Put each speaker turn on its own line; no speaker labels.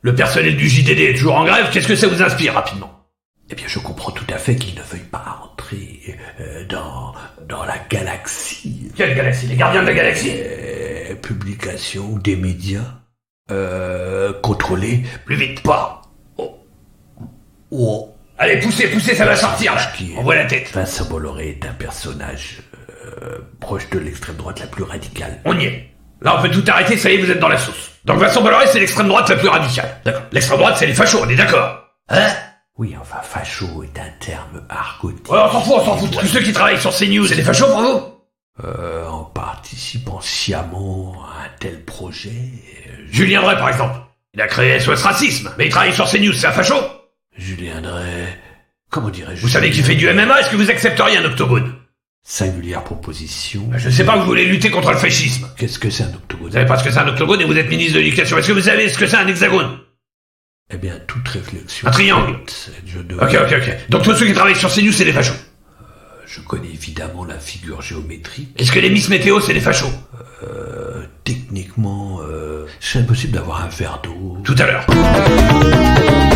Le personnel du JDD est toujours en grève, qu'est-ce que ça vous inspire rapidement
Eh bien, je comprends tout à fait qu'il ne veuille pas rentrer euh, dans, dans la galaxie.
Quelle galaxie Les gardiens de la galaxie
Euh, publication des médias euh, contrôlés
Plus vite
par... Oh. Oh.
Allez, poussez, poussez, ça va sortir là
Qui est-
On voit la tête
Vincent Bolloré est un personnage euh, proche de l'extrême droite la plus radicale.
On y est Là, on peut tout arrêter, ça y est, vous êtes dans la sauce. Donc Vincent Bolloré, c'est l'extrême droite la plus radicale. D'accord. L'extrême droite, c'est les fachos, on est d'accord Hein
Oui, enfin, facho est un terme argotique.
Ouais, on s'en fout, on s'en fout. Tous ceux qui travaillent sur CNews, c'est des fachos pour vous
Euh, en participant sciemment à un tel projet, euh,
Julien Drey, par exemple. Il a créé SOS Racisme, mais il travaille sur CNews, c'est un facho
Julien Drey... Comment dirais-je
Vous savez qu'il fait du MMA, est-ce que vous accepteriez un octogone
Singulière proposition.
Bah, Je sais pas, vous voulez lutter contre le fascisme.
Qu'est-ce que c'est un octogone
Vous savez pas ce que c'est un octogone et vous êtes ministre de l'éducation. Est-ce que vous savez ce que c'est un hexagone
Eh bien, toute réflexion...
Un triangle.
faite, Je, devrais-
Ok, ok, ok. Donc tous ceux qui travaillent sur CNews, c'est des fachos.
je connais évidemment la figure géométrique.
Est-ce que les Miss Météo, c'est des fachos
Euh, techniquement, euh, c'est impossible d'avoir un verre d'eau.
Tout à l'heure.